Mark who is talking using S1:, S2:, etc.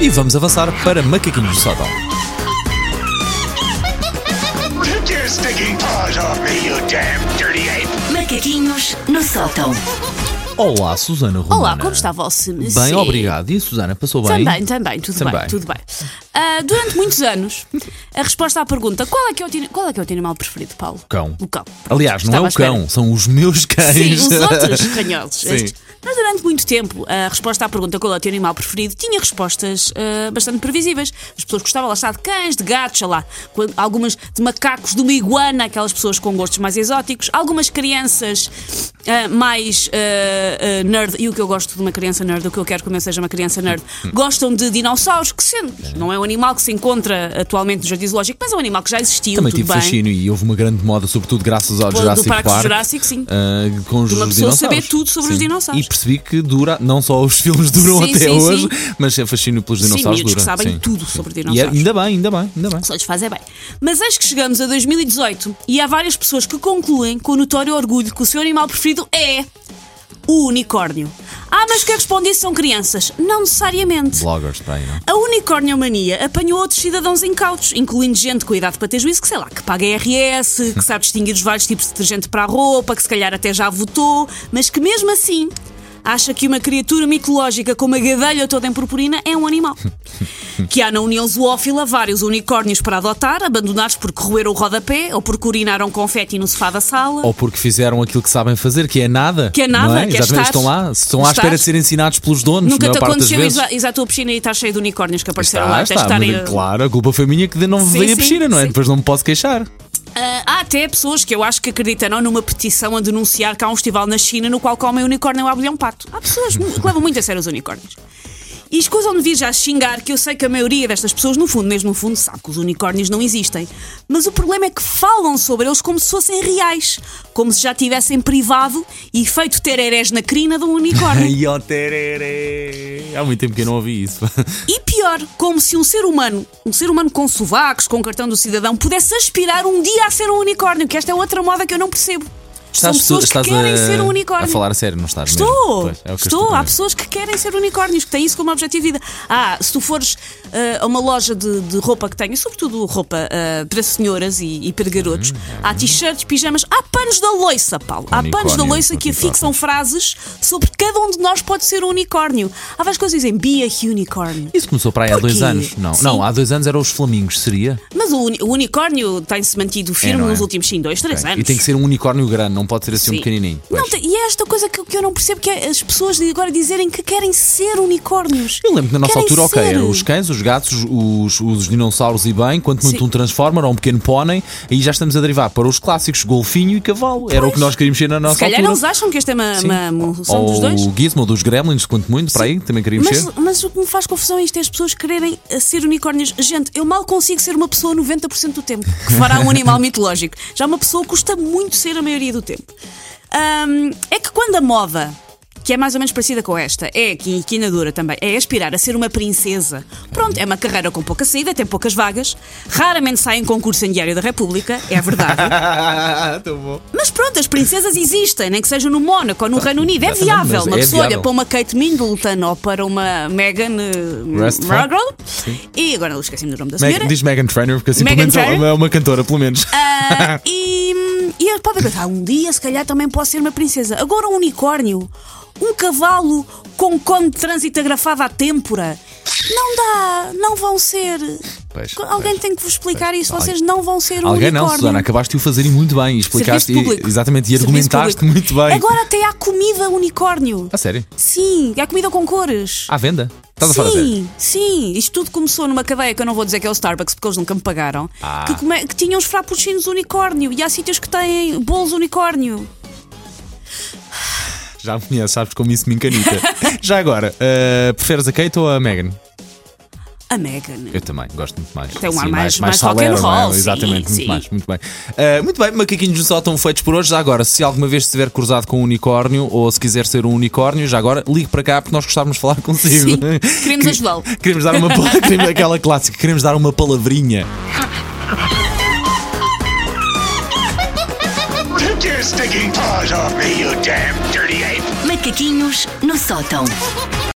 S1: E vamos avançar para Macaquinhos do Sótão.
S2: Take your stinking paws off me, you damn dirty ape!
S3: Macaquinhos no sótão.
S1: Olá, Susana Romana.
S4: Olá, como está você?
S1: Bem, obrigado. E a Susana, passou bem?
S4: Também, também, tudo
S1: Também.
S4: bem, tudo bem. Ah, durante muitos anos, a resposta à pergunta qual é que é o teu, qual é que é o teu animal preferido, Paulo?
S1: Cão.
S4: O cão.
S1: Aliás, não
S4: Estava à
S1: é o
S4: espera.
S1: cão, são os meus cães.
S4: Sim, os outros canhosos.
S1: É Sim.
S4: estes. Mas durante muito tempo, a resposta à pergunta qual é o teu animal preferido tinha respostas ah, bastante previsíveis. As pessoas gostavam lá está de cães, de gatos, sei lá, quando- algumas de macacos, de uma iguana, aquelas pessoas com gostos mais exóticos, algumas crianças ah, mais ah, ah, nerd, e o que eu gosto de uma criança nerd, o que eu quero que o meu seja uma criança nerd,
S1: Hum.
S4: gostam de dinossauros, que sendo, não é um animal que se encontra atualmente no jardim zoológico, mas é um animal que já existiu,
S1: Também
S4: tudo
S1: tive
S4: bem.
S1: fascínio e houve uma grande moda, sobretudo graças ao
S4: Do- do
S1: Jurassic
S4: Parque
S1: Park.
S4: Jurássico, sim.
S1: ah, com os
S4: De uma pessoa
S1: dinossauros.
S4: saber tudo sobre os dinossauros.
S1: E percebi que dura, não só os filmes duram
S4: Sim,
S1: até
S4: sim,
S1: hoje,
S4: sim.
S1: mas é fascínio pelos
S4: Sim,
S1: dinossauros
S4: miúdos que
S1: dura.
S4: sabem
S1: sim.
S4: tudo
S1: E
S4: sobre
S1: é-
S4: dinossauros.
S1: ainda bem, ainda bem, ainda bem.
S4: que só lhes faz é bem. Mas eis que chegamos a 2018 e há várias pessoas que concluem com notório orgulho que o seu animal preferido é o unicórnio. Ah, mas quem responde isso são crianças. Não necessariamente.
S1: Bloggers para aí, não? é?
S4: A unicórnio-mania apanhou outros cidadãos incautos, incluindo gente com idade para ter juízo, que sei lá, que paga IRS, que sabe distinguir os vários tipos de detergente para a roupa, que se calhar até já votou, mas que mesmo assim acha que uma criatura mitológica com uma gadelha toda em purpurina é um animal. Que há na União Zoófila vários unicórnios para adotar, abandonados porque roeram o rodapé ou porque urinaram confete no sofá da sala.
S1: Ou porque fizeram aquilo que sabem fazer, que é nada.
S4: Que é nada,
S1: não é?
S4: que é
S1: Exatamente,
S4: estar-
S1: estão lá, estão à
S4: estar.
S1: espera de ser ensinados pelos donos.
S4: Nunca
S1: a
S4: te
S1: maior parte das
S4: aconteceu
S1: vezes.
S4: ir à- ires à tua piscina e estás cheio de unicórnios que apareceram
S1: Está,
S4: lá.
S1: está,
S4: tens de estar
S1: mas, é
S4: aí-
S1: Claro, a culpa foi minha que não
S4: Sim,
S1: veio a
S4: sim,
S1: piscina, não é?
S4: sim.
S1: Depois não me posso queixar.
S4: Ah, há até pessoas que eu acho que acreditam não, numa petição a denunciar que há um festival na China no qual comem unicórnio a um pato. Há pessoas mu- que levam muito a sério os unicórnios. E escusam-me vir já xingar que eu sei que a maioria destas pessoas, no fundo, mesmo no fundo, sabe que os unicórnios não existem. Mas o problema é que falam sobre eles como se fossem reais, como se já tivessem privado e feito tererés na crina de um unicórnio.
S1: Ai, ó, tereré. Há muito tempo que eu não ouvi isso.
S4: E pior, como se um ser humano, um ser humano com sovacos, com cartão do cidadão, pudesse aspirar um dia a ser um unicórnio, que esta é outra moda que eu não percebo. São pessoas
S1: tu-
S4: que querem ser um unicórnio.
S1: A falar a sério, não estás
S4: Estou,
S1: mesmo? Pois, é o que eu
S4: estou. Há
S1: mesmo.
S4: pessoas que querem ser unicórnios, que têm isso como objetivo de vida. Ah, se tu fores ah, a uma loja de, de roupa que tenha, sobretudo roupa ah, para senhoras e, e para garotos,
S1: Hum,
S4: há t-shirts, pijamas, há panos da loiça, Paulo. Há panos da
S1: Unicórnio,
S4: loiça que
S1: unicórnio.
S4: afixam frases sobre cada um de nós pode ser um unicórnio. Há várias coisas que dizem be a unicorn.
S1: Isso começou para aí há dois
S4: Porquê?
S1: anos. Não,
S4: Sim.
S1: não, há dois anos eram os flamingos, seria?
S4: Mas o, uni- o unicórnio tem-se mantido firme
S1: não é?
S4: nos últimos sim, dois, três
S1: Ok.
S4: anos.
S1: E tem que ser um unicórnio grande, não pode ser assim um
S4: Sim.
S1: pequenininho.
S4: Não,
S1: Pois.
S4: tem- e é esta coisa que, que eu não percebo que é as pessoas de agora dizerem que querem ser unicórnios.
S1: Eu lembro que na nossa
S4: Querem
S1: altura, ok,
S4: ser.
S1: eram os cães, os gatos, os, os dinossauros e bem, quanto muito
S4: Sim.
S1: um Transformer ou um pequeno pônei, aí já estamos a derivar para os clássicos, golfinho e cavalo. Era o que nós queríamos ser na nossa
S4: Se calhar
S1: altura.
S4: eles acham que esta é uma,
S1: Sim.
S4: uma evolução
S1: ou
S4: dos dois.
S1: o Gizmo dos Gremlins, quanto muito, para aí, também queríamos
S4: Mas,
S1: ser.
S4: mas o que me faz confusão é isto: é as pessoas quererem eh, ser unicórnios. Gente, eu mal consigo ser uma pessoa 90% do tempo, que fará um animal mitológico. Já uma pessoa custa muito ser a maioria do tempo. Ahm, é que quando a moda, que é mais ou menos parecida com esta, é que aqui na dura também, é aspirar a ser uma princesa. Pronto, é uma carreira com pouca saída, tem poucas vagas, raramente sai em concurso em Diário da República, é verdade.
S1: Tão bom.
S4: Mas pronto, as princesas existem, nem que seja no Mónaco ou no Reino Unido. É viável.
S1: mas
S4: Uma
S1: é
S4: pessoa
S1: viável.
S4: olha para uma Kate Middleton ou para uma Meghan eh,
S1: Rest-
S4: Markle. E agora esqueci-me do nome da senhora.
S1: Meg, diz Megan Trainor, porque assim pelo
S4: Meghan
S1: menos ela
S4: Trainor?
S1: é uma cantora, pelo menos.
S4: Ah, e, e eu pode pensar, um dia se calhar também posso ser uma princesa. Agora um unicórnio, um cavalo com cone de trânsito agrafado à têmpora. Não dá, não vão ser.
S1: Pois,
S4: Alguém
S1: pois,
S4: tem que vos explicar
S1: pois.
S4: isso.
S1: Alguém-
S4: Vocês não vão ser um
S1: Alguém
S4: unicórnio.
S1: não, Susana, acabaste de o fazer e muito bem, e explicaste
S4: Serviço
S1: e,
S4: público.
S1: exatamente e
S4: Serviço
S1: argumentaste
S4: público.
S1: muito bem.
S4: Agora até há comida unicórnio.
S1: A sério?
S4: Sim, há comida com cores.
S1: À venda? Ah, Estás a falar a sério?
S4: Sim, sim, isto tudo começou numa cadeia que eu não vou dizer que é o Starbucks porque eles nunca me pagaram.
S1: Ah.
S4: Que, come- que tinham os frappuccinos unicórnio e há sítios que têm bolos unicórnio.
S1: Já me conheces, sabes como isso me encanita. Já agora, ah, preferes a Kate ou a Megan?
S4: A Megan.
S1: Eu também, gosto muito mais.
S4: Tem um ar
S1: Assim,
S4: mais- mais rock and
S1: não é?
S4: roll, sim,
S1: Exatamente, muito
S4: sim.
S1: mais, muito bem. Ah, muito bem, macaquinhos no sol estão feitos por hoje. Já agora, se alguma vez estiver cruzado com um unicórnio ou se quiser ser um unicórnio, já agora ligue para cá porque nós gostávamos de falar consigo.
S4: Sim, queremos ajudá-lo.
S1: Queremos dar uma pala- queremos- aquela clássica, queremos dar uma palavrinha.
S2: Take your stinking paws off me, you damn dirty ape!
S3: Macaquinhos no sótão.